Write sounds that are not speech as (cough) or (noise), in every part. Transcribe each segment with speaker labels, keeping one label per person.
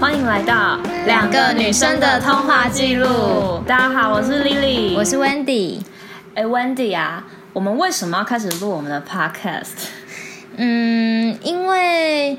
Speaker 1: 欢迎来到
Speaker 2: 两个女生的通话记录。
Speaker 1: 大家好，我是 Lily，
Speaker 2: 我是 Wendy。
Speaker 1: 哎 Wendy 啊，我们为什么要开始录我们的 Podcast？
Speaker 2: 嗯，因为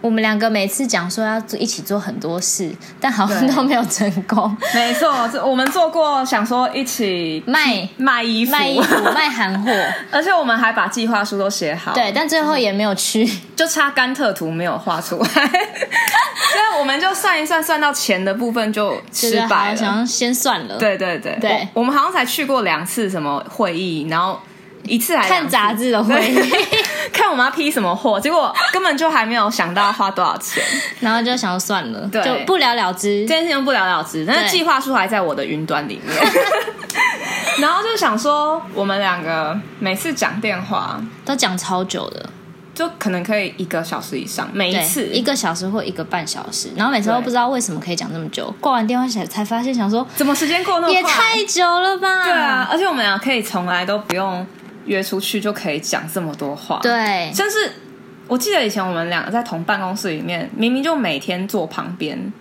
Speaker 2: 我们两个每次讲说要做一起做很多事，但好像
Speaker 1: 对
Speaker 2: 都没有成功。
Speaker 1: (laughs) 没错，是我们做过想说一起
Speaker 2: 卖
Speaker 1: 卖衣服，
Speaker 2: 卖
Speaker 1: (laughs)
Speaker 2: 衣服、卖韩货，
Speaker 1: 而且我们还把计划书都写好，
Speaker 2: 对，，但最后也没有去。
Speaker 1: 就差甘特图没有画出来， (laughs) 所以我们就算一算，算到钱的部分就
Speaker 2: 就是
Speaker 1: 失败
Speaker 2: 好
Speaker 1: 了。
Speaker 2: 想要先算了。，
Speaker 1: 对对对，
Speaker 2: 对
Speaker 1: 我我们好像才去过两次什么会议，然后一次还
Speaker 2: 看杂
Speaker 1: 志，
Speaker 2: 志的会议，
Speaker 1: (laughs) 看我们要批什么货，结果根本就还没有想到要花多少钱，
Speaker 2: (laughs) (laughs) 然后就想要算了，
Speaker 1: 对
Speaker 2: 就不了了之
Speaker 1: 这。件事情不了了之。但
Speaker 2: 对
Speaker 1: 是计划书还在我的云端里
Speaker 2: (laughs)
Speaker 1: 面，然后就想说，我们两个每次讲电话，
Speaker 2: 都讲超久的，
Speaker 1: 就可能可以一个小时以上，每一
Speaker 2: 对
Speaker 1: 次
Speaker 2: 一个小时或一个半小时，然后每次都
Speaker 1: 对
Speaker 2: 不知道为什么可以讲那么久。挂完电话才才发现，想说
Speaker 1: 怎么时间过那么快？
Speaker 2: 也太久了吧？
Speaker 1: 对啊，，而且我们俩可以从来都不用约出去就可以讲这么多话，，
Speaker 2: 对，
Speaker 1: 甚至我记得以前我们两个在同办公室里面，明明就每天坐旁边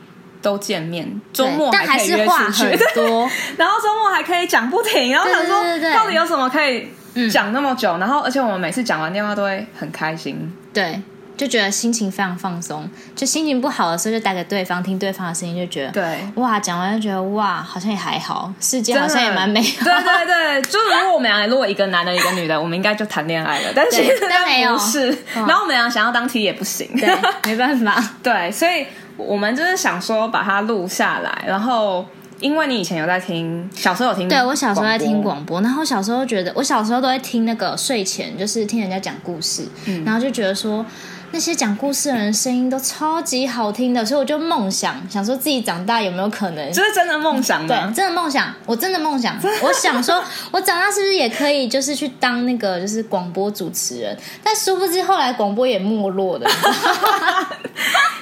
Speaker 1: 都见面，周末
Speaker 2: 但还
Speaker 1: 可以约
Speaker 2: 是话
Speaker 1: 出去， (laughs)
Speaker 2: 很多，
Speaker 1: 然后周末还可以讲不停，然后想说
Speaker 2: 对对对对
Speaker 1: 到底有什么可以
Speaker 2: 嗯
Speaker 1: 讲那么久，然后而且我们每次讲完电话都会很开心，
Speaker 2: 对，就觉得心情非常放松。就心情不好的时候，就打给对方听对方的声音，就觉得
Speaker 1: 对。
Speaker 2: 哇，讲完就觉得哇，好像也还好，世界好像也蛮美好。
Speaker 1: 对对对，就如果我们俩如果一个男的，一个女的，我们应该就谈恋爱了，但是
Speaker 2: 对但没有嗯
Speaker 1: 不是。然后我们俩想要当 T 也不行，
Speaker 2: 对，没办法，
Speaker 1: (laughs) 对，所以我们就是想说把它录下来，然后因为你以前有在听，小时候有听，
Speaker 2: 对我小时候在听，广播，然后我小时候觉得，我小时候都会听那个睡前，就是听人家讲故事，
Speaker 1: 嗯
Speaker 2: 然后就觉得说。那些讲故事的人声音都超级好听的，所以我就梦想想说自己长大有没有可能
Speaker 1: 这是真的梦想
Speaker 2: 对，
Speaker 1: 吗？
Speaker 2: 真的梦想，我真的梦想，我想说， (laughs) 我长大是不是也可以，就是去当那个就是广播主持人？但殊不知后来广播也没
Speaker 1: (laughs)
Speaker 2: 落了。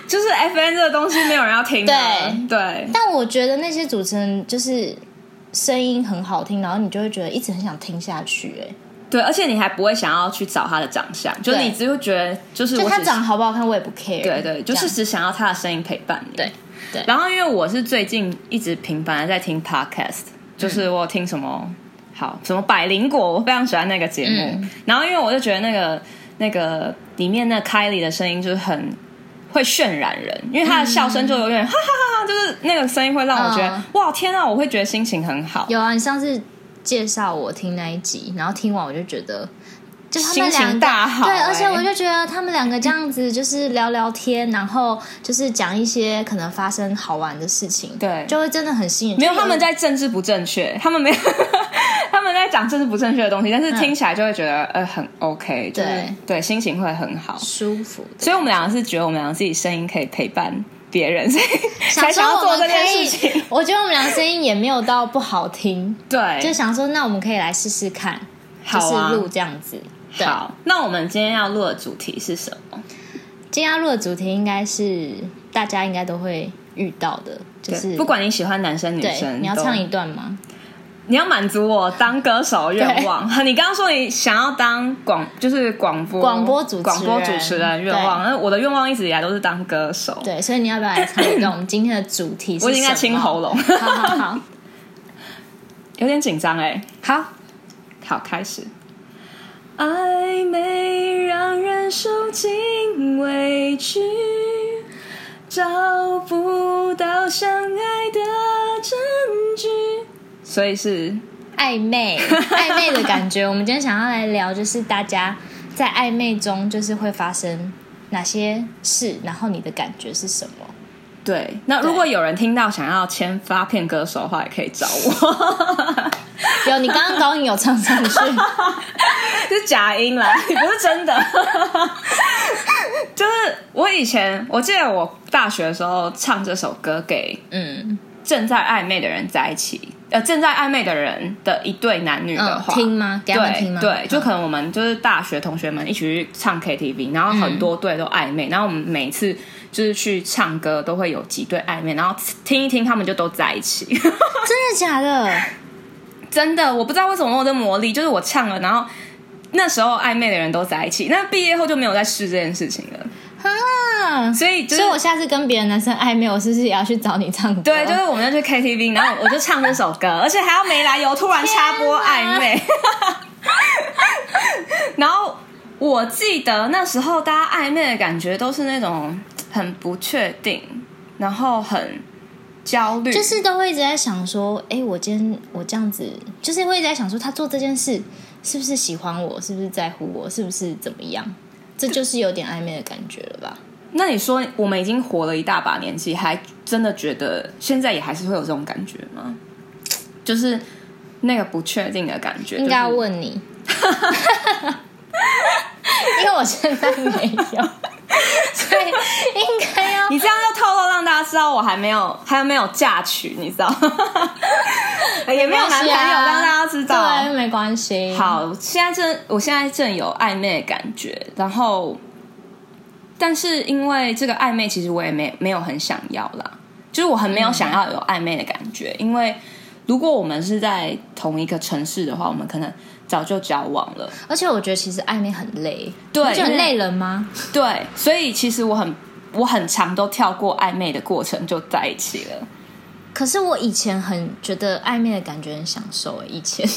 Speaker 1: 就是 FN 这个东西没有人要听的，
Speaker 2: 对
Speaker 1: 对
Speaker 2: 但我觉得那些主持人就是声音很好听，然后你就会觉得一直很想听下去、哎，
Speaker 1: 对，而且你还不会想要去找他的长相，就是
Speaker 2: 对
Speaker 1: 你只会觉得就是
Speaker 2: 就
Speaker 1: 我
Speaker 2: 他
Speaker 1: 只
Speaker 2: 长得好不好看我也不 care。
Speaker 1: 对对，就
Speaker 2: 这
Speaker 1: 是
Speaker 2: 样
Speaker 1: 只想要他的声音陪伴你。
Speaker 2: 对对
Speaker 1: 然后因为我是最近一直频繁的在听 podcast，就是
Speaker 2: 嗯
Speaker 1: 我有听什么、好什么百灵果，我非常喜欢那个节目。
Speaker 2: 嗯
Speaker 1: 然后因为我就觉得那个那个里面那凯莉的声音就是很。会渲染人，因为他的笑声就有点哈哈哈哈，就是那个声音会让我觉得、
Speaker 2: 嗯
Speaker 1: 哇天啊，我会觉得心情很好。
Speaker 2: 有啊，你上次介绍我听那一集，然后听完我就觉得。就他
Speaker 1: 心
Speaker 2: 们
Speaker 1: 情
Speaker 2: 两个
Speaker 1: 大好
Speaker 2: 对，
Speaker 1: 欸
Speaker 2: 而且我就觉得他们两个这样子就是聊聊天，然后就是讲一些可能发生好玩的事情，
Speaker 1: 对
Speaker 2: 就会真的很吸引。
Speaker 1: 没有
Speaker 2: 就
Speaker 1: 他们在政治不正
Speaker 2: 嗯
Speaker 1: 确，他们没有 (laughs) 他们在讲政治不正确的东西，但是听起来就会觉得、呃很 OK，就是
Speaker 2: 对
Speaker 1: 对心情会很好。
Speaker 2: 舒服的，
Speaker 1: 所以我们两个是觉得我们两个自己声音可以陪伴别人，所以才想要
Speaker 2: 说
Speaker 1: 做
Speaker 2: 我
Speaker 1: 这
Speaker 2: 们
Speaker 1: 件
Speaker 2: 可
Speaker 1: 事情
Speaker 2: (laughs) 以。，我觉得我们俩声音也没有到不好
Speaker 1: (laughs)
Speaker 2: 听，就
Speaker 1: 对，
Speaker 2: 想说那我们可以来试试看，就
Speaker 1: 哎好啊
Speaker 2: 是录这样子。对，
Speaker 1: 好。那我们今天要录的主题是什么？
Speaker 2: 今天要录的主题应该是大家应该都会遇到的，就
Speaker 1: 对
Speaker 2: 是
Speaker 1: 不管你喜欢男生女
Speaker 2: 对，
Speaker 1: 生，
Speaker 2: 你要
Speaker 1: 都
Speaker 2: 唱一，段吗？
Speaker 1: 你要满足我当歌手的愿望。 (laughs) 你刚刚说你想要当广，就是广播
Speaker 2: 广播主持人
Speaker 1: 广播主持人的愿望。那我的愿望一直以来都是当歌手。
Speaker 2: 对，所以你要不要来唱一段？我们今天的主题是
Speaker 1: 我已经在
Speaker 2: 什
Speaker 1: 清
Speaker 2: 么
Speaker 1: 喉咙，
Speaker 2: 好好好，
Speaker 1: 有点紧张哎。
Speaker 2: 好，
Speaker 1: 好，开始。暧昧让人受尽委屈，找不到相爱的证据。所以是
Speaker 2: 暧
Speaker 1: (laughs)
Speaker 2: 昧，暧昧的感觉。我们今天想要来聊，就是大家在暧昧中，就是会发生哪些事，然后你的感觉是什么？
Speaker 1: 对。那如果有人听到想要签发片歌手的话，也可以找我。
Speaker 2: 有，你刚刚高音有唱上
Speaker 1: (laughs)
Speaker 2: 去，
Speaker 1: 是假音啦， (laughs) 不是真的。就是我以前，我记得我大学的时候唱这首歌给
Speaker 2: 嗯，
Speaker 1: 正在暧昧的人在一起，呃，正在暧昧的人的一对男女的
Speaker 2: 嗯，
Speaker 1: 话，
Speaker 2: 听吗？给他们
Speaker 1: 对
Speaker 2: 听吗？嗯
Speaker 1: 对，就可能我们就是大学同学们一起去唱 KTV，然后
Speaker 2: 嗯
Speaker 1: 很多队都暧昧，然后我们每次就是去唱歌都会有几对暧昧，然后听一听他们就都在一起。
Speaker 2: 真的假的？
Speaker 1: 真的，我不知道为什么我的魔力，就是我唱了，然后那时候暧昧的人都在一起，那毕业后就没有再试这件事情了。
Speaker 2: 啊，
Speaker 1: 所以就是
Speaker 2: 所以我下次跟别的男生暧昧，我是不是也要去找你唱歌？
Speaker 1: 对，就是我们要去 KTV，然后我就唱这首歌，而且还要没来由突然插播暧
Speaker 2: (laughs)
Speaker 1: 昧。然后我记得那时候大家暧昧的感觉都是那种很不确定，然后很焦虑，
Speaker 2: 就是都会一直在想说，哎、我今天我这样子，就是会一直在想说，他做这件事是不是喜欢我，是不是在乎我，是不是怎么样？这就是有点暧昧的感觉了吧？
Speaker 1: 那你说我们已经活了一大把年纪，还真的觉得现在也还是会有这种感觉吗？就是那个不确定的感觉，
Speaker 2: 应该要
Speaker 1: 就是
Speaker 2: 问你， (laughs) 因为我现在没
Speaker 1: (laughs)
Speaker 2: 有，所以应该要
Speaker 1: 你这样就透露让大家知道我还没有还没有嫁娶，你知道， (laughs) 也没有男朋友
Speaker 2: 啊
Speaker 1: 让大家知道。
Speaker 2: 对，没关系。，
Speaker 1: 好，现在正我现在正有暧昧的感觉，然后，但是因为这个暧昧，其实我也没没有很想要啦，就是我很没有想要有暧昧的感觉，因为如果我们是在同一个城市的话，我们可能早就交往了，
Speaker 2: 而且我觉得其实暧昧很累，
Speaker 1: 对
Speaker 2: 你觉得
Speaker 1: 因为
Speaker 2: 很累人吗？
Speaker 1: 对，所以其实我很我很常都跳过暧昧的过程就在一起了。
Speaker 2: 可是我以前很觉得暧昧的感觉很享受欸，以前。 (laughs)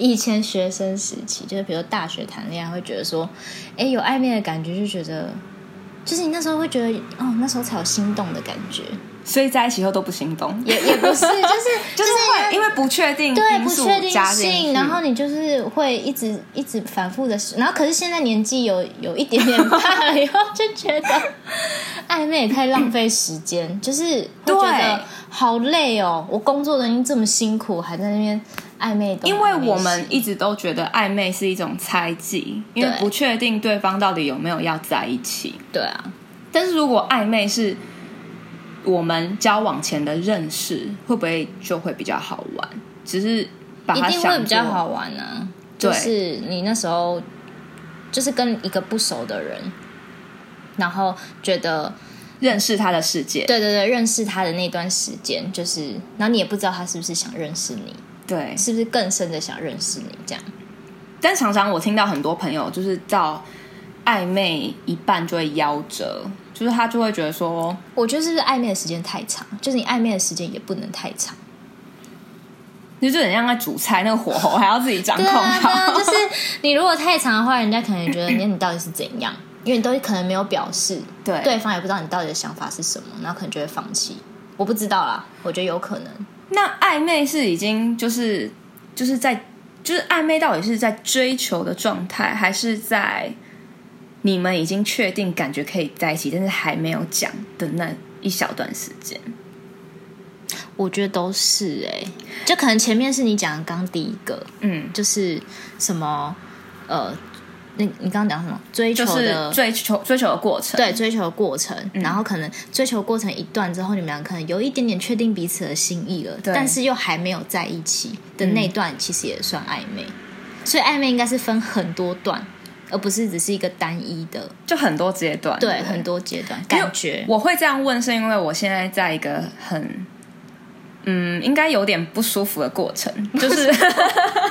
Speaker 2: 以前学生时期，就是比如大学谈恋爱，会觉得说，哎、有暧昧的感觉，就觉得，就是你那时候会觉得，哦，那时候才有心动的感觉，
Speaker 1: 所以在一起后都不心动，
Speaker 2: 也也不是，就是
Speaker 1: (laughs) 就是
Speaker 2: 因
Speaker 1: 会
Speaker 2: 为
Speaker 1: 因为不确定
Speaker 2: 对
Speaker 1: 因
Speaker 2: 不
Speaker 1: 素
Speaker 2: 确定
Speaker 1: 加进去
Speaker 2: 性，然后你就是会一直一直反复的，然后可是现在年纪有有一点点大了以后，就觉得暧昧也太浪费时间，就是会觉
Speaker 1: 对
Speaker 2: 得好累哦。我工作都已经这么辛苦，还在那边暧昧东，
Speaker 1: 因为
Speaker 2: 暧昧
Speaker 1: 我
Speaker 2: 西
Speaker 1: 们一直都觉得暧昧是一种猜忌，因为
Speaker 2: 对
Speaker 1: 不确定对方到底有没有要在一起。
Speaker 2: 对啊，
Speaker 1: 但是如果暧昧是我们交往前的认识，会不会就会比较好玩？只是把
Speaker 2: 一
Speaker 1: 它
Speaker 2: 定会
Speaker 1: 想
Speaker 2: 比较
Speaker 1: 作
Speaker 2: 好玩啊。
Speaker 1: 对
Speaker 2: 就是你那时候就是跟一个不熟的人，然后觉得。
Speaker 1: 认识他的世界。
Speaker 2: 对对对，认识他的那段时间，就是，然后你也不知道他是不是想认识你，
Speaker 1: 对，
Speaker 2: 是不是更深的想认识你这样。
Speaker 1: 但常常我听到很多朋友就是到暧昧一半就会夭折，就是他就会觉得说，
Speaker 2: 我觉得是不是暧昧的时间太长，就是你暧昧的时间也不能太长。
Speaker 1: 就是很像在煮菜，那个火候还要自己掌控
Speaker 2: 对啊，对啊，
Speaker 1: 好。
Speaker 2: 就是你如果太长的话，人家可能也觉得哎你你到底是怎样，因为你都可能没有表示，
Speaker 1: 对
Speaker 2: 对方也不知道你到底的想法是什么，然后可能就会放弃。我不知道啦，我觉得有可能。
Speaker 1: 那暧昧是已经就是就是在就是暧昧到底是在追求的状态，还是在你们已经确定感觉可以在一起，但是还没有讲的那一小段时间？
Speaker 2: 我觉得都是哎、就可能前面是你讲的刚第一个，
Speaker 1: 嗯，
Speaker 2: 就是什么呃，那你刚刚讲什么追求
Speaker 1: 就
Speaker 2: 的
Speaker 1: 是追嗯求追求的过程。
Speaker 2: 对追求的过程，然后可能追求过程一段之后，你们俩可能有一点点确定彼此的心意了，
Speaker 1: 对嗯
Speaker 2: 但是又还没有在一起的那段，其实也算暧昧。所以暧昧应该是分很多段，而不是只是一个单一的，
Speaker 1: 就很多阶段。
Speaker 2: 对，
Speaker 1: 不
Speaker 2: 很多阶段
Speaker 1: 因为
Speaker 2: 感觉。
Speaker 1: 我会这样问，是因为我现在在一个很，嗯，应该有点不舒服的过程，就是
Speaker 2: (laughs)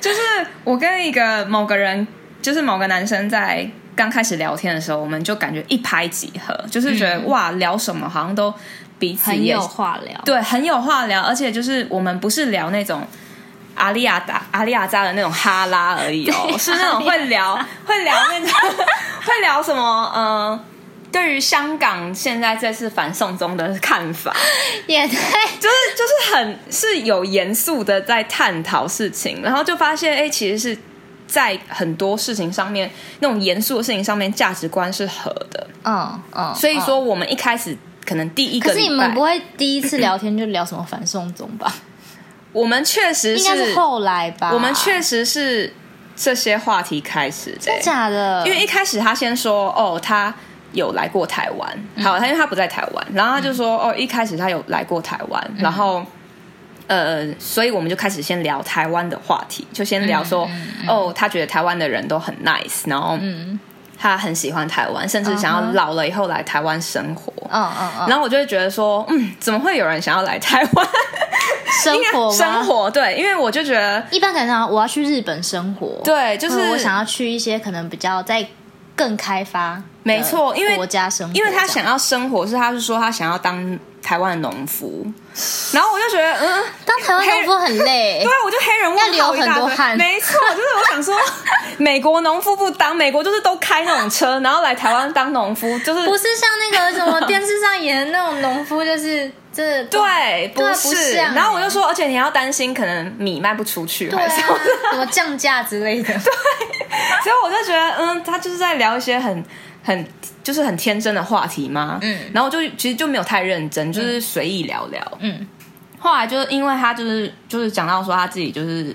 Speaker 1: 就是我跟一个某个人，就是某个男生在刚开始聊天的时候，我们就感觉一拍即合，就是觉得、哇，聊什么好像都彼此
Speaker 2: 嗯很
Speaker 1: 也
Speaker 2: 有话聊，
Speaker 1: 对，很有话聊，而且就是我们不是聊那种。阿利亚达、阿利亚扎的那种哈拉而已哦，是那种会聊、会聊那种、 (laughs) 会聊什么？呃，对于香港现在这次反送中的看法，
Speaker 2: 也 (laughs) 太
Speaker 1: 就是就是很是有严肃的在探讨事情，然后就发现，哎、其实是在很多事情上面，那种严肃的事情上面，价值观是合的。
Speaker 2: 嗯嗯。
Speaker 1: 所以
Speaker 2: 嗯，
Speaker 1: 说，我们一开始可能第一个
Speaker 2: 可
Speaker 1: 礼
Speaker 2: 是
Speaker 1: 拜，
Speaker 2: 你们不会第一次聊天就聊什么反送中吧？
Speaker 1: 我们确实
Speaker 2: 应该是后来吧？
Speaker 1: 我们确实是这些话题开始的、
Speaker 2: 真假的，
Speaker 1: 因为一开始他先说哦，他有来过台湾，
Speaker 2: 嗯
Speaker 1: 好，他因为他不在台湾，然后他就说、哦，一开始他有来过台湾，
Speaker 2: 嗯
Speaker 1: 然后。呃，所以我们就开始先聊台湾的话题，就先聊说，哦，他觉得台湾的人都很 nice，然后
Speaker 2: 嗯
Speaker 1: 他很喜欢台湾，甚至想
Speaker 2: 嗯
Speaker 1: 要
Speaker 2: 哼
Speaker 1: 老了以后来台湾生活。
Speaker 2: 嗯嗯嗯，
Speaker 1: 然后我就会觉得说，嗯，怎么会有人想要来台湾
Speaker 2: 生活吗
Speaker 1: 生活？对，因为我就觉得
Speaker 2: 嗯一般可能我要去日本生活，
Speaker 1: 对就是
Speaker 2: 或者我想要去一些可能比较在更开发，
Speaker 1: 没错因为
Speaker 2: 国家生活，
Speaker 1: 因为他想要生活，是他是说他想要当台湾的农夫，然后我就觉得，嗯，
Speaker 2: 当台湾农夫很累欸
Speaker 1: 对，，啊我就黑人问
Speaker 2: 要
Speaker 1: 号
Speaker 2: 流
Speaker 1: 一大
Speaker 2: 很多
Speaker 1: 堆，
Speaker 2: 汗
Speaker 1: 没错，就是我
Speaker 2: (laughs)
Speaker 1: 想说，美国农夫不当，美国就是都开那种车，然后来台湾当农夫，就是
Speaker 2: 不是像那个什么电视上演的那种农夫，就是这
Speaker 1: 对，
Speaker 2: 对啊不
Speaker 1: 是。
Speaker 2: 像
Speaker 1: 然后我就说，而且你还要担心可能米卖不出去，
Speaker 2: 对
Speaker 1: 还
Speaker 2: 啊
Speaker 1: 是什么的，
Speaker 2: 什么降价之类
Speaker 1: (laughs)
Speaker 2: 的，
Speaker 1: 所以我就觉得，嗯，他就是在聊一些很很就是很天真的话题嘛，
Speaker 2: 嗯
Speaker 1: 然后就其实就没有太认真，就是随意聊聊。
Speaker 2: 嗯
Speaker 1: 后来就是因为他就是就是讲到说他自己就是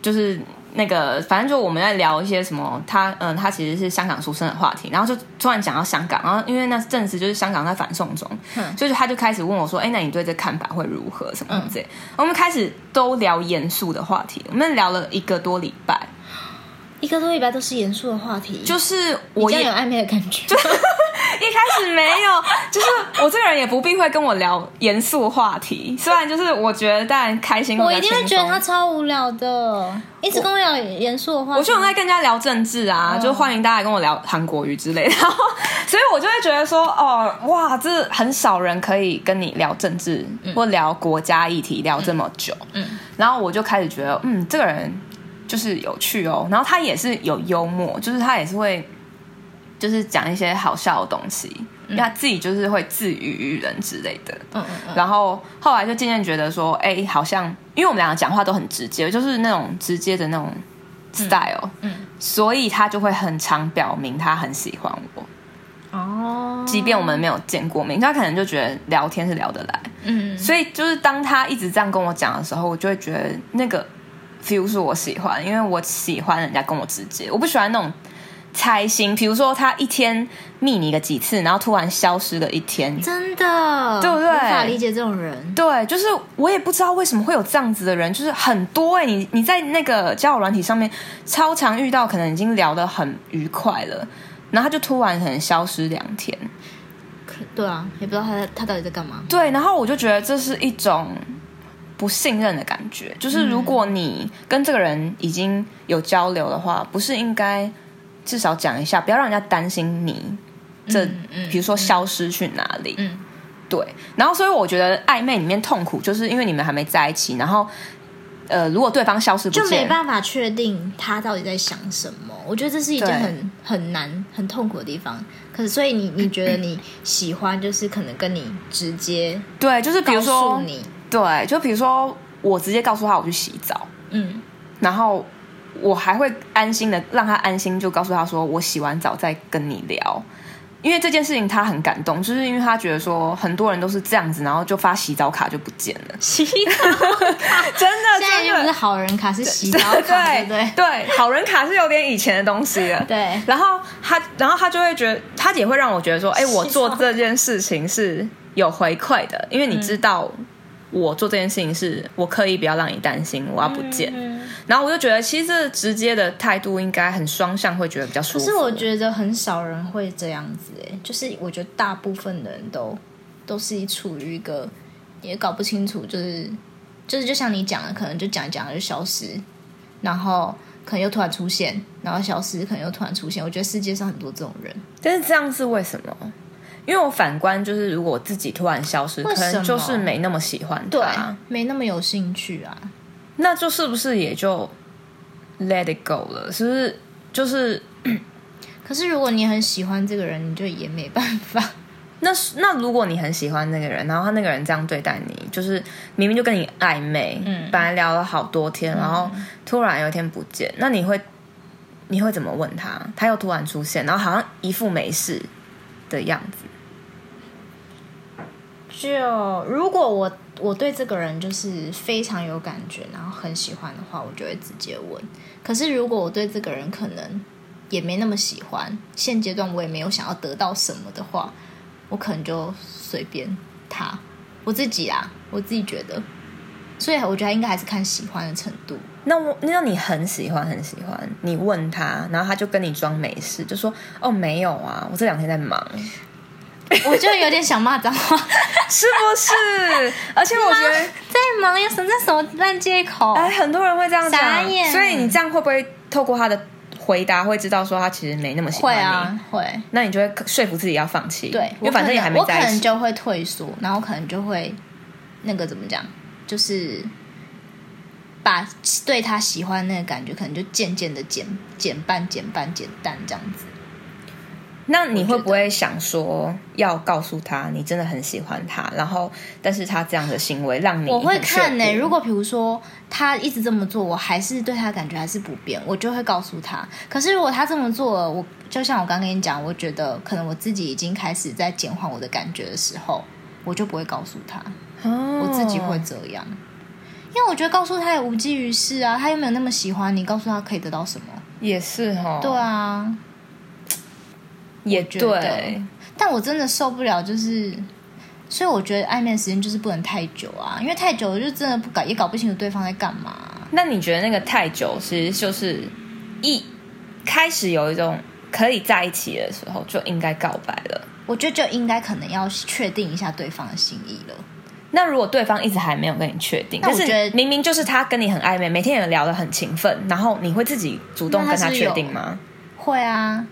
Speaker 1: 就是那个，反正就我们在聊一些什么，他嗯，他其实是香港出生的话题，然后就突然讲到香港，然后因为那阵子就是香港在反送中，
Speaker 2: 嗯
Speaker 1: 所以就他就开始问我说：“哎、那你对这看法会如何？什么之类的？”我们开始都聊严肃的话题，我们聊了一个多礼拜，
Speaker 2: 一个多礼拜都是严肃的话题，
Speaker 1: 就是
Speaker 2: 你
Speaker 1: 我
Speaker 2: 这
Speaker 1: 也
Speaker 2: 样有暧昧的感觉，
Speaker 1: (laughs) 一开始没有，就是我这个人也不避讳跟我聊严肃话题，虽然就是我觉得当然开心，
Speaker 2: 我一定会
Speaker 1: 轻
Speaker 2: 觉
Speaker 1: 松
Speaker 2: 得他超无聊的，一直跟我聊严肃的话题，嗯
Speaker 1: 我就很爱跟人家聊政治啊，就欢迎大家跟我聊韩国语之类的。然后，所以我就会觉得说，哦，哇，这很少人可以跟你聊政治、或聊国家议题聊这么久。
Speaker 2: 嗯
Speaker 1: 然后我就开始觉得，嗯，这个人就是有趣哦。然后他也是有幽默，就是他也是会，就是讲一些好笑的东西，因为他自己就是会自娱于人之类的。
Speaker 2: 嗯嗯嗯，
Speaker 1: 然后后来就渐渐觉得说，哎、好像因为我们两个讲话都很直接，就是那种直接的那种 style，
Speaker 2: 嗯
Speaker 1: 所以他就会很常表明他很喜欢我，
Speaker 2: 哦，
Speaker 1: 即便我们没有见过面，他可能就觉得聊天是聊得来。
Speaker 2: 嗯
Speaker 1: 所以就是当他一直这样跟我讲的时候，我就会觉得那个 feel 是我喜欢，因为我喜欢人家跟我直接，我不喜欢那种猜心。比如说他一天密你个几次，然后突然消失了一天，
Speaker 2: 真的，
Speaker 1: 对不对
Speaker 2: 无法理解这种人，
Speaker 1: 对，就是我也不知道为什么会有这样子的人，就是很多哎、你你在那个交友软体上面超常遇到，可能已经聊得很愉快了，然后他就突然可能消失两天，
Speaker 2: 可对啊，也不知道他在他到底在干嘛，
Speaker 1: 对，然后我就觉得这是一种不信任的感觉，就是如果你跟这个人已经有交流的话，不是应该至少讲一下，不要让人家担心你这，
Speaker 2: 嗯嗯
Speaker 1: 比如说消失去哪里，
Speaker 2: 嗯
Speaker 1: 对，然后所以我觉得暧昧里面痛苦，就是因为你们还没在一起，然后呃，如果对方消失不
Speaker 2: 就没
Speaker 1: 见，
Speaker 2: 办法确定他到底在想什么。我觉得这是一件
Speaker 1: 对
Speaker 2: 很很难、很痛苦的地方。可是，所以你你觉得你喜欢，就是可能跟你直接
Speaker 1: 对，就是比
Speaker 2: 告
Speaker 1: 如
Speaker 2: 诉
Speaker 1: 说，
Speaker 2: 你，
Speaker 1: 对，就比如说我直接告诉他我去洗澡， (laughs)
Speaker 2: 嗯，
Speaker 1: 然后我还会安心的让他安心，就告诉他说我洗完澡再跟你聊。因为这件事情他很感动，就是因为他觉得说很多人都是这样子，然后就发洗澡卡就不见了，
Speaker 2: 洗澡
Speaker 1: (laughs) 真的，
Speaker 2: 现在
Speaker 1: 真
Speaker 2: 又不
Speaker 1: 的
Speaker 2: 是好人卡，是洗澡卡，
Speaker 1: (laughs) 对
Speaker 2: 对不对？
Speaker 1: 对，好人卡是有点以前的东西了。
Speaker 2: 对，
Speaker 1: 然后他，然后他就会觉得，他也会让我觉得说，哎，我
Speaker 2: 是
Speaker 1: 做
Speaker 2: 吗
Speaker 1: 这件事情是有回馈的，因为你知道我做这件事情是我刻意不要让你担心，我要不见。
Speaker 2: 嗯
Speaker 1: 然后我就觉得，其实这直接的态度应该很双向，会觉得比较舒
Speaker 2: 可
Speaker 1: 服。
Speaker 2: 是我觉得很少人会这样子哎、就是我觉得大部分的人都都是处于一个也搞不清楚，就是就是就像你讲的，可能就讲一讲就消失，然后可能又突然出现，然后消失，可能又突然出现。我觉得世界上很多这种人，
Speaker 1: 但是这样是为什么？因为我反观就是，如果我自己突然消失，
Speaker 2: 为
Speaker 1: 可
Speaker 2: 什么
Speaker 1: 能就是没那么喜欢
Speaker 2: 对
Speaker 1: 他，，
Speaker 2: 没那么有兴趣啊。
Speaker 1: 那就是不是也就 let it go 了？是不是就是
Speaker 2: 可是如果你很喜欢这个人，你就也没办法。
Speaker 1: 那是那如果你很喜欢那个人，然后他那个人这样对待你，就是明明就跟你暧昧，
Speaker 2: 嗯
Speaker 1: 本来聊了好多天，然后突然有一天不见，那你会你会怎么问他？他又突然出现，然后好像一副没事的样子。
Speaker 2: 就如果我我对这个人就是非常有感觉，然后很喜欢的话，我就会直接问。可是如果我对这个人可能也没那么喜欢，现阶段我也没有想要得到什么的话，我可能就随便他。我自己啊，我自己觉得，所以我觉得应该还是看喜欢的程度。
Speaker 1: 那我那你很喜欢很喜欢，你问他，然后他就跟你装没事，就说哦没有啊，我这两天在忙，
Speaker 2: 我就有点想骂脏 (laughs) 话，
Speaker 1: (laughs) 是不是？ (laughs) 而且我觉得。
Speaker 2: 在忙呀， (laughs) 什么这什么烂借口？
Speaker 1: 哎，很多人会这样
Speaker 2: 哦傻
Speaker 1: 讲，
Speaker 2: 眼
Speaker 1: 所以你这样会不会透过他的回答会知道说他其实没那么喜
Speaker 2: 会
Speaker 1: 欢你，
Speaker 2: 啊，会。
Speaker 1: 那你就会说服自己要放弃。
Speaker 2: 对，
Speaker 1: 因为反正也还没
Speaker 2: 我可能
Speaker 1: 在
Speaker 2: 我
Speaker 1: 一
Speaker 2: 可能
Speaker 1: 起。
Speaker 2: 就会退缩，然后可能就会那个怎么讲，就是把对他喜欢那个感觉，可能就渐渐的减减半、减半、减淡这样子。
Speaker 1: 那你会不会想说要告诉他你真的很喜欢他，然后但是他这样的行为让你
Speaker 2: 我会
Speaker 1: 很却
Speaker 2: 看呢、欸
Speaker 1: 步
Speaker 2: 如果比如说他一直这么做，我还是对他感觉还是不变，我就会告诉他。可是如果他这么做了，我就像我刚跟你讲，我觉得可能我自己已经开始在减缓我的感觉的时候，我就不会告诉他。
Speaker 1: 哦
Speaker 2: 我自己会这样，因为我觉得告诉他也无济于事啊，他又没有那么喜欢你，告诉他可以得到什么？
Speaker 1: 也是哦，
Speaker 2: 对啊，
Speaker 1: 也
Speaker 2: 觉得
Speaker 1: 对，
Speaker 2: 但我真的受不了，就是，所以我觉得暧昧的时间就是不能太久啊，因为太久我就真的不搞也搞不清楚对方在干嘛啊、
Speaker 1: 那你觉得那个太久，其实就是一开始有一种可以在一起的时候就应该告白了。
Speaker 2: 我觉得就应该可能要确定一下对方的心意了。
Speaker 1: 那如果对方一直还没有跟你确定，
Speaker 2: 那
Speaker 1: 但
Speaker 2: 我觉
Speaker 1: 是
Speaker 2: 得
Speaker 1: 明明就是他跟你很暧昧，每天也聊得很勤奋，然后你会自己主动
Speaker 2: 那他
Speaker 1: 跟
Speaker 2: 是
Speaker 1: 他
Speaker 2: 不是
Speaker 1: 确定吗
Speaker 2: 会啊，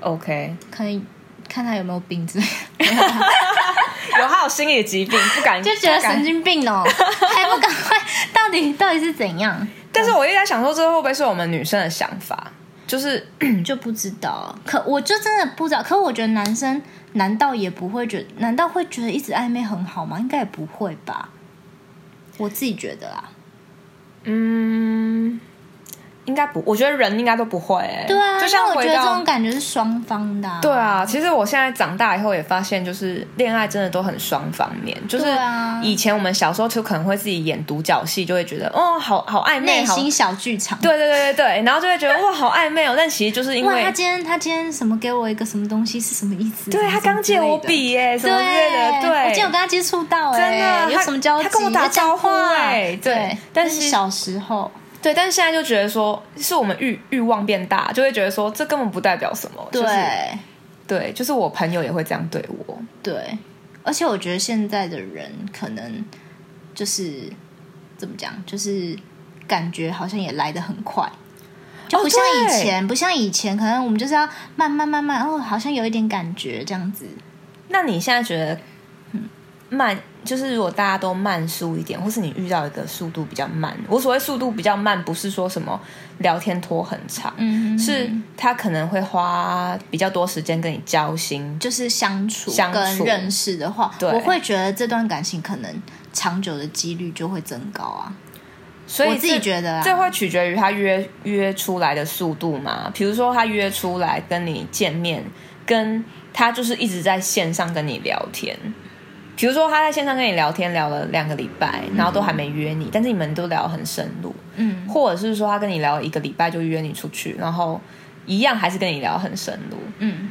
Speaker 1: ？OK，
Speaker 2: 可能看他有没有病之类的，
Speaker 1: 有他有心理疾病，不
Speaker 2: (laughs)
Speaker 1: 敢
Speaker 2: 就觉得
Speaker 1: 不敢
Speaker 2: 神经病哦， (laughs) 还不赶快，到底到底是怎样？
Speaker 1: 但是我一直在想说，这会不会是我们女生的想法？就是
Speaker 2: 就不知道。可我就真的不知道。可我觉得男生难道也不会觉难道会觉得一直暧昧很好吗？应该也不会吧。我自己觉得啊啦。
Speaker 1: 嗯，应该不，我觉得人应该都不会、欸。
Speaker 2: 对啊，
Speaker 1: 就像
Speaker 2: 因为我
Speaker 1: 回
Speaker 2: 觉得这
Speaker 1: 到
Speaker 2: 种感觉是双方的、啊。
Speaker 1: 对，啊，其实我现在长大以后也发现，就是恋爱真的都很双方面。就是
Speaker 2: 对啊
Speaker 1: 以前我们小时候就可能会自己演独角戏，就会觉得哦，好好暧昧，
Speaker 2: 内
Speaker 1: 好，
Speaker 2: 心
Speaker 1: 对
Speaker 2: 小剧场。。
Speaker 1: 对对对对，然后就会觉得哇，好暧昧哦。但其实就是因
Speaker 2: 哇，他
Speaker 1: 为
Speaker 2: 今天他今天什么给我一个什么东西是什么意思？
Speaker 1: 对他刚借我笔耶，什
Speaker 2: 什
Speaker 1: 么
Speaker 2: 么
Speaker 1: 之
Speaker 2: 之
Speaker 1: 类
Speaker 2: 类的，
Speaker 1: 的，
Speaker 2: 对，我
Speaker 1: 对，
Speaker 2: 今天有跟他接触到哎、
Speaker 1: 真的
Speaker 2: 有
Speaker 1: 他
Speaker 2: 什么交集？
Speaker 1: 他跟我打
Speaker 2: 有讲
Speaker 1: 招呼
Speaker 2: 话啊
Speaker 1: 哎对
Speaker 2: 对，
Speaker 1: 但
Speaker 2: 那
Speaker 1: 是
Speaker 2: 是小时候，
Speaker 1: 对，但是现在就觉得说，是我们欲欲望变大，就会觉得说这根本不代表什么。
Speaker 2: 对、
Speaker 1: 就是、对，就是我朋友也会这样对我。
Speaker 2: 对，而且我觉得现在的人可能就是怎么讲，就是感觉好像也来得很快，就
Speaker 1: 哦
Speaker 2: 不像以
Speaker 1: 对
Speaker 2: 前，不像以前，可能我们就是要慢慢慢慢，哦，好像有一点感觉这样子。
Speaker 1: 那你现在觉得，嗯，慢就是如果大家都慢速一点，或是你遇到一个速度比较慢，我所谓速度比较慢，不是说什么聊天拖很长，
Speaker 2: 嗯，
Speaker 1: 是他可能会花比较多时间跟你交心。
Speaker 2: 就是相处
Speaker 1: 相
Speaker 2: 跟
Speaker 1: 处
Speaker 2: 认识的话，
Speaker 1: 对
Speaker 2: 我会觉得这段感情可能长久的几率就会增高啊。
Speaker 1: 所以
Speaker 2: 我自己
Speaker 1: 这
Speaker 2: 觉得啊
Speaker 1: 这会取决于他约约出来的速度嘛。比如说他约出来跟你见面，跟他就是一直在线上跟你聊天。比如说他在线上跟你聊天聊了两个礼拜，然后都还没约你，但是你们都聊得很深入，
Speaker 2: 嗯，
Speaker 1: 或者是说他跟你聊一个礼拜就约你出去，然后一样还是跟你聊得很深入。
Speaker 2: 嗯，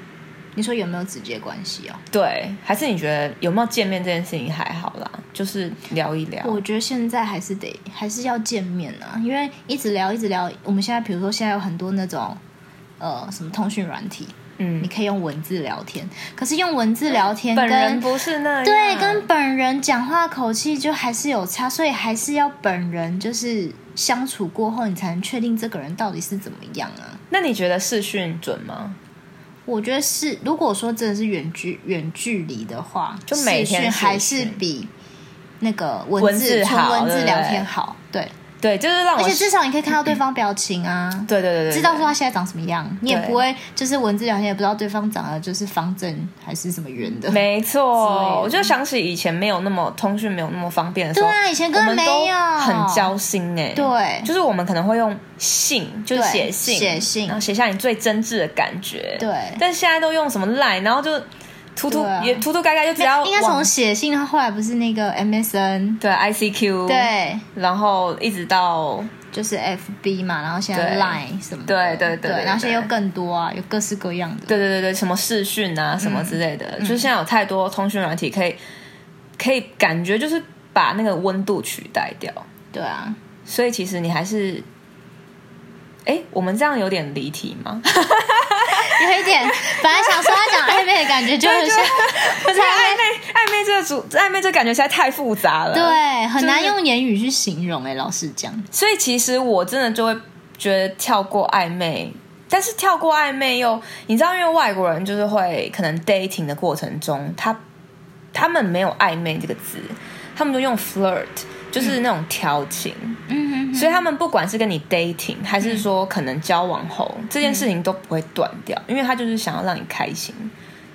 Speaker 2: 你说有没有直接关系哦？
Speaker 1: 对，还是你觉得有没有见面这件事情还好啦，就是聊一聊。
Speaker 2: 我觉得现在还是得还是要见面啊，因为一直聊一直聊，我们现在比如说现在有很多那种呃什么通讯软体，
Speaker 1: 嗯
Speaker 2: 你，可以用文字聊天，可是用文字聊天
Speaker 1: 本人
Speaker 2: 跟
Speaker 1: 不是那样，
Speaker 2: 对跟本人讲话口气就还是有差，所以还是要本人就是相处过后，你才能确定这个人到底是怎么样啊。
Speaker 1: 那你觉得视讯准吗？
Speaker 2: 我觉得是，如果说真的是远距远距离的话，
Speaker 1: 就每天
Speaker 2: 视讯还
Speaker 1: 视
Speaker 2: 是
Speaker 1: 讯
Speaker 2: 比那个
Speaker 1: 文
Speaker 2: 文
Speaker 1: 字
Speaker 2: 字纯
Speaker 1: 好
Speaker 2: 文
Speaker 1: 对
Speaker 2: 字
Speaker 1: 不
Speaker 2: 聊
Speaker 1: 对
Speaker 2: 天好，对。
Speaker 1: 对，哦就是让我
Speaker 2: 而且至少你可以看到对方表情啊，
Speaker 1: 对对对对，
Speaker 2: 知道
Speaker 1: 对
Speaker 2: 说他现在长什么样，你也
Speaker 1: 对
Speaker 2: 不会就是文字聊天也不知道对方长得就是方正还是什么圆的。
Speaker 1: 没
Speaker 2: 之类
Speaker 1: 错，
Speaker 2: 的
Speaker 1: 我就想起以前没有那么通讯没有那么方便的时
Speaker 2: 嗯对
Speaker 1: 候，
Speaker 2: 啊，以前
Speaker 1: 我
Speaker 2: 根本
Speaker 1: 们
Speaker 2: 没
Speaker 1: 都
Speaker 2: 有，
Speaker 1: 很交心哎、
Speaker 2: 对
Speaker 1: 就是我们可能会用信，就是
Speaker 2: 对
Speaker 1: 写信，
Speaker 2: 写信
Speaker 1: 然后写下你最真挚的感觉。
Speaker 2: 对。
Speaker 1: 但现在都用什么 line，然后就涂涂、
Speaker 2: 对啊
Speaker 1: 也涂涂改改，就只要
Speaker 2: 应该从
Speaker 1: 往
Speaker 2: 写信，然后后来不是那个 MSN，
Speaker 1: 对 ICQ，，
Speaker 2: 对，
Speaker 1: 然后一直到
Speaker 2: 就是 FB 嘛，然后现在
Speaker 1: 对
Speaker 2: Line 什么
Speaker 1: 对对
Speaker 2: 的，
Speaker 1: 对对
Speaker 2: 对，然后现
Speaker 1: 对
Speaker 2: 在又更多啊，有各式各样的。
Speaker 1: 对对对对，什么视讯啊，什么之类
Speaker 2: 嗯
Speaker 1: 的，就是现在有太多通讯软体可以，可以感觉就是把那个温度取代掉。
Speaker 2: 对啊，
Speaker 1: 所以其实你还是，哎，我们这样有点离题吗？
Speaker 2: 有
Speaker 1: (laughs)
Speaker 2: 一点，本来想说要讲暧昧的感觉，就是像
Speaker 1: 可是暧昧暧昧这个主暧昧这个感觉实在太复杂了。，
Speaker 2: 对，很难
Speaker 1: 就是
Speaker 2: 用言语去欸形容哎，老实讲，
Speaker 1: 所以其实我真的就会觉得跳过暧昧，但是跳过暧昧又，你知道，因为外国人就是会可能 dating 的过程中，他他们没有暧昧这个字，他们都用 flirt，就是那种调情。
Speaker 2: 嗯
Speaker 1: 所以他们不管是跟你 dating，还是说可能交往后，
Speaker 2: 嗯
Speaker 1: 这件事情都不会断掉，因为他就是想要让你开心，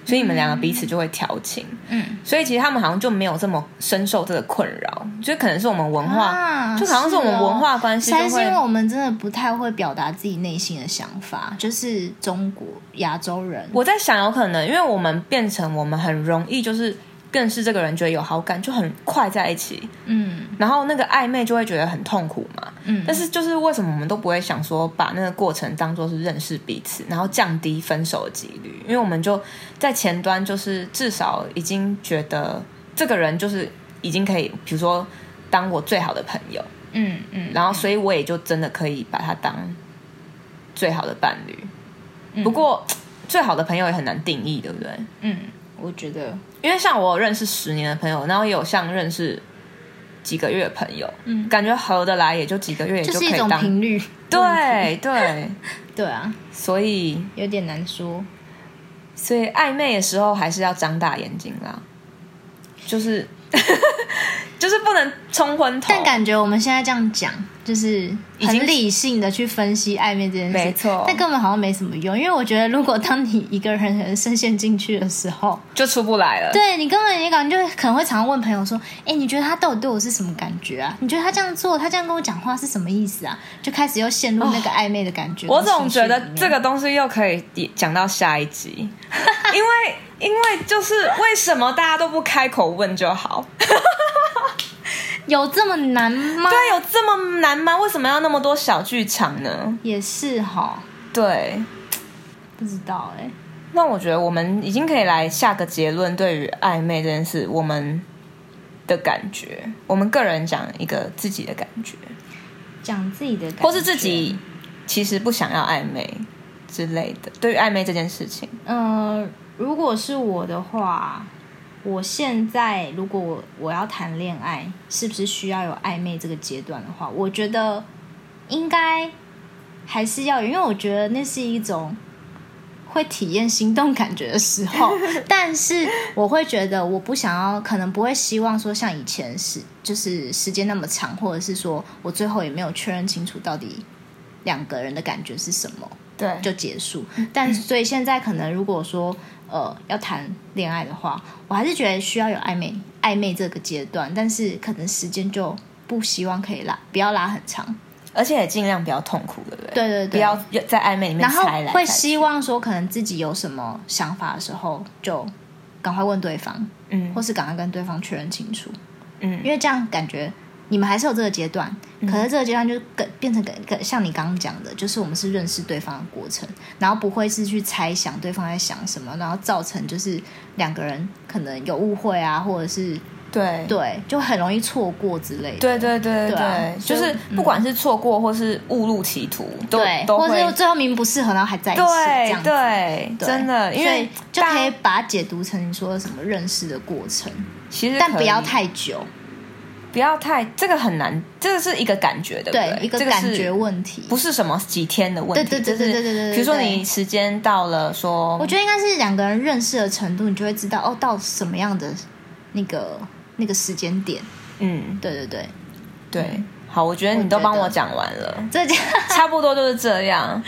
Speaker 1: 所以你们两个彼此就会调情。
Speaker 2: 嗯，
Speaker 1: 所以其实他们好像就没有这么深受这个困扰，就可能是我们文化，
Speaker 2: 啊
Speaker 1: 就好像是我们文化关系就
Speaker 2: 三是因为
Speaker 1: 会。
Speaker 2: 我们真的不太会表达自己内心的想法，就是中国亚洲人，
Speaker 1: 我在想，有可能因为我们变成我们很容易就是更是这个人觉得有好感，就很快在一起，
Speaker 2: 嗯
Speaker 1: 然后那个暧昧就会觉得很痛苦嘛。
Speaker 2: 嗯
Speaker 1: 但是就是为什么我们都不会想说把那个过程当做是认识彼此，然后降低分手的几率？因为我们就在前端，就是至少已经觉得这个人就是已经可以，比如说当我最好的朋友，
Speaker 2: 嗯嗯，
Speaker 1: 然后所以我也就真的可以把他当最好的伴侣。不过、最好的朋友也很难定义，对不对？
Speaker 2: 嗯，我觉得
Speaker 1: 因为像我有认识十年的朋友，然后也有像认识几个月的朋友，
Speaker 2: 嗯
Speaker 1: 感觉合得来也就几个月，也
Speaker 2: 这
Speaker 1: 可
Speaker 2: 是一
Speaker 1: 以
Speaker 2: 种
Speaker 1: 当
Speaker 2: 频率，
Speaker 1: 对对，
Speaker 2: 对啊，
Speaker 1: 所以
Speaker 2: 有点难
Speaker 1: 哦
Speaker 2: 说。
Speaker 1: 所以暧昧的时候还是要张大眼睛啦，就是 (laughs) 就是不能冲昏头。
Speaker 2: 但感觉我们现在这样讲，就是
Speaker 1: 已经
Speaker 2: 很理性的去分析暧昧这件事，
Speaker 1: 没错
Speaker 2: 但根本好像没什么用，因为我觉得如果当你一个人很深陷进去的时候，
Speaker 1: 就出不来了。
Speaker 2: 对你根本也感觉可能会常常问朋友说，哎，你觉得他到底对我是什么感觉啊？你觉得他这样做，他这样跟我讲话是什么意思啊？就开始又陷入那个暧昧的感觉。
Speaker 1: 我总觉得
Speaker 2: 跟情绪里面
Speaker 1: 这个东西又可以讲到下一集，
Speaker 2: (laughs)
Speaker 1: 因为因为就是为什么大家都不开口问就好？
Speaker 2: 有这么难吗？
Speaker 1: 对，啊有这么难吗？为什么要那么多小剧场呢？
Speaker 2: 也是哈，
Speaker 1: 对，
Speaker 2: 不知道哎、
Speaker 1: 那我觉得我们已经可以来下个结论，对于暧昧这件事，我们的感觉，我们个人讲一个自己的感觉，
Speaker 2: 讲自己的感觉，
Speaker 1: 或是自己其实不想要暧昧之类的。对于暧昧这件事情，
Speaker 2: 呃，如果是我的话，我现在如果我我要谈恋爱，是不是需要有暧昧这个阶段的话，我觉得应该还是要有，因为我觉得那是一种会体验心动感觉的时候。但是我会觉得我不想要，可能不会希望说像以前是就是时间那么长，或者是说我最后也没有确认清楚到底两个人的感觉是什么。
Speaker 1: 对
Speaker 2: 就结束。
Speaker 1: 嗯
Speaker 2: 但所以现在可能如果说呃要谈恋爱的话，我还是觉得需要有暧昧暧昧这个阶段，但是可能时间就不希望可以拉，不要拉很长。
Speaker 1: 而且也尽量不要痛苦，对不对？
Speaker 2: 对对对
Speaker 1: 不要在暧昧里面
Speaker 2: 然后
Speaker 1: 猜来
Speaker 2: 会
Speaker 1: 猜去
Speaker 2: 希望说，可能自己有什么想法的时候，就赶快问对方，
Speaker 1: 嗯
Speaker 2: 或是赶快跟对方确认清楚，
Speaker 1: 嗯
Speaker 2: 因为这样感觉。你们还是有这个阶段，可是这个阶段就更变成更更像你刚刚讲的，就是我们是认识对方的过程，然后不会是去猜想对方在想什么，然后造成就是两个人可能有误会啊，或者是
Speaker 1: 对
Speaker 2: 对，就很容易错过之类的。
Speaker 1: 对对对对
Speaker 2: 对啊
Speaker 1: 对，就
Speaker 2: 所以
Speaker 1: 是不管是错过或是误入歧途，都
Speaker 2: 对，
Speaker 1: 都
Speaker 2: 或者
Speaker 1: 会
Speaker 2: 是最后明明不适合，然后还在一起，这样
Speaker 1: 对
Speaker 2: 子
Speaker 1: 对，
Speaker 2: 对
Speaker 1: 真的，因为
Speaker 2: 所以就可
Speaker 1: 大
Speaker 2: 以
Speaker 1: 家
Speaker 2: 把它解读成你说的什么认识的过程，
Speaker 1: 其实
Speaker 2: 但不
Speaker 1: 可以
Speaker 2: 要太久，
Speaker 1: 不要太，这个很难，这个是一个感觉，对不
Speaker 2: 对
Speaker 1: 对？
Speaker 2: 一个
Speaker 1: 这是
Speaker 2: 感觉问题。
Speaker 1: 不是什么几天的问题，
Speaker 2: 对对对对对对
Speaker 1: 就
Speaker 2: 对对
Speaker 1: 是比如说你时间到了说，
Speaker 2: 我觉得应该是两个人认识的程度，你就会知道哦，到什么样的那个那个时间点。
Speaker 1: 嗯，
Speaker 2: 对对对，嗯
Speaker 1: 对，好，我觉得你都帮我讲完了，
Speaker 2: 这就
Speaker 1: 差不多就是这
Speaker 2: (laughs)
Speaker 1: 样。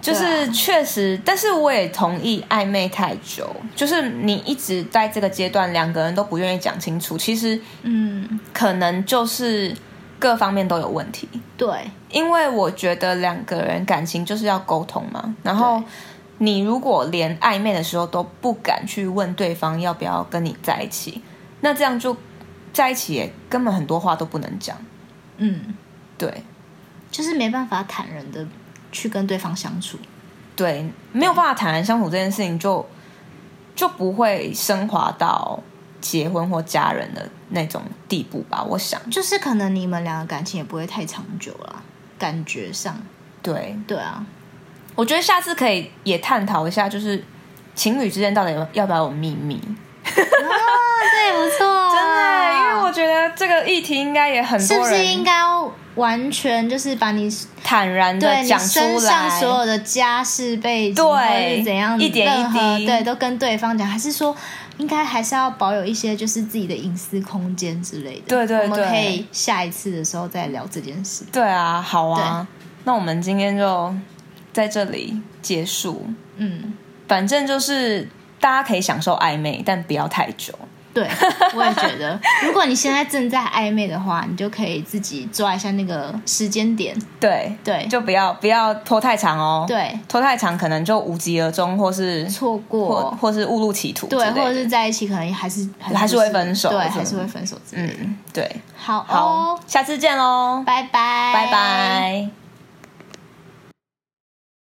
Speaker 1: 就
Speaker 2: 对啊
Speaker 1: 是确实，但是我也同意暧昧太久，就是你一直在这个阶段，两个人都不愿意讲清楚，其实
Speaker 2: (laughs) 嗯，
Speaker 1: 可能就是各方面都有问题。
Speaker 2: 对
Speaker 1: 因为我觉得两个人感情就是要沟通嘛，然后
Speaker 2: 对
Speaker 1: 你如果连暧昧的时候都不敢去问对方要不要跟你在一起，那这样就在一起也根本很多话都不能讲。
Speaker 2: 嗯，
Speaker 1: 对
Speaker 2: 就是没办法坦然的去跟对方相处。
Speaker 1: 对，没有办法坦然相处这件事情就，就不会升华到结婚或家人的那种地步吧？我想，
Speaker 2: 就是可能你们两个感情也不会太长久了，感觉上，
Speaker 1: 对，
Speaker 2: 对啊，
Speaker 1: 我觉得下次可以也探讨一下，就是情侣之间到底要要不要有秘密？
Speaker 2: 啊，这也不错、啊，
Speaker 1: 真的，因为我觉得这个议题应该也很
Speaker 2: 啊是
Speaker 1: 多
Speaker 2: 不
Speaker 1: 人
Speaker 2: 是应该要完全就是把你
Speaker 1: 坦然
Speaker 2: 对
Speaker 1: 的
Speaker 2: 你
Speaker 1: 讲出
Speaker 2: 身上
Speaker 1: 来，
Speaker 2: 所有的家世背景
Speaker 1: 对
Speaker 2: 或者是怎样
Speaker 1: 一点一滴
Speaker 2: 任何对都跟对方讲，还是说应该还是要保有一些就是自己的隐私空间之类的。
Speaker 1: 对对
Speaker 2: 我
Speaker 1: 对
Speaker 2: 们可以下一次的时候再聊这件事。
Speaker 1: 对啊，好啊，那我们今天就在这里结束。
Speaker 2: 嗯，
Speaker 1: 反正就是大家可以享受暧昧，但不要太久。 (laughs)
Speaker 2: 对，我也觉得，如果你现在正在暧昧的话，你就可以自己抓一下那个时间点。
Speaker 1: 对，
Speaker 2: 对，
Speaker 1: 就不要不要拖太长哦。，
Speaker 2: 对，
Speaker 1: 拖太长可能就无疾而终，或是或
Speaker 2: 错过。
Speaker 1: 或是误入歧途之类
Speaker 2: 对，
Speaker 1: 的，
Speaker 2: 或者是在一起，可能还是
Speaker 1: 还是
Speaker 2: 就
Speaker 1: 会分手
Speaker 2: 对，
Speaker 1: 什么
Speaker 2: 还是会分手之类的。
Speaker 1: 嗯，对，
Speaker 2: 好
Speaker 1: 好，
Speaker 2: 哦，
Speaker 1: 下次见喽，
Speaker 2: 拜拜，
Speaker 1: 拜拜。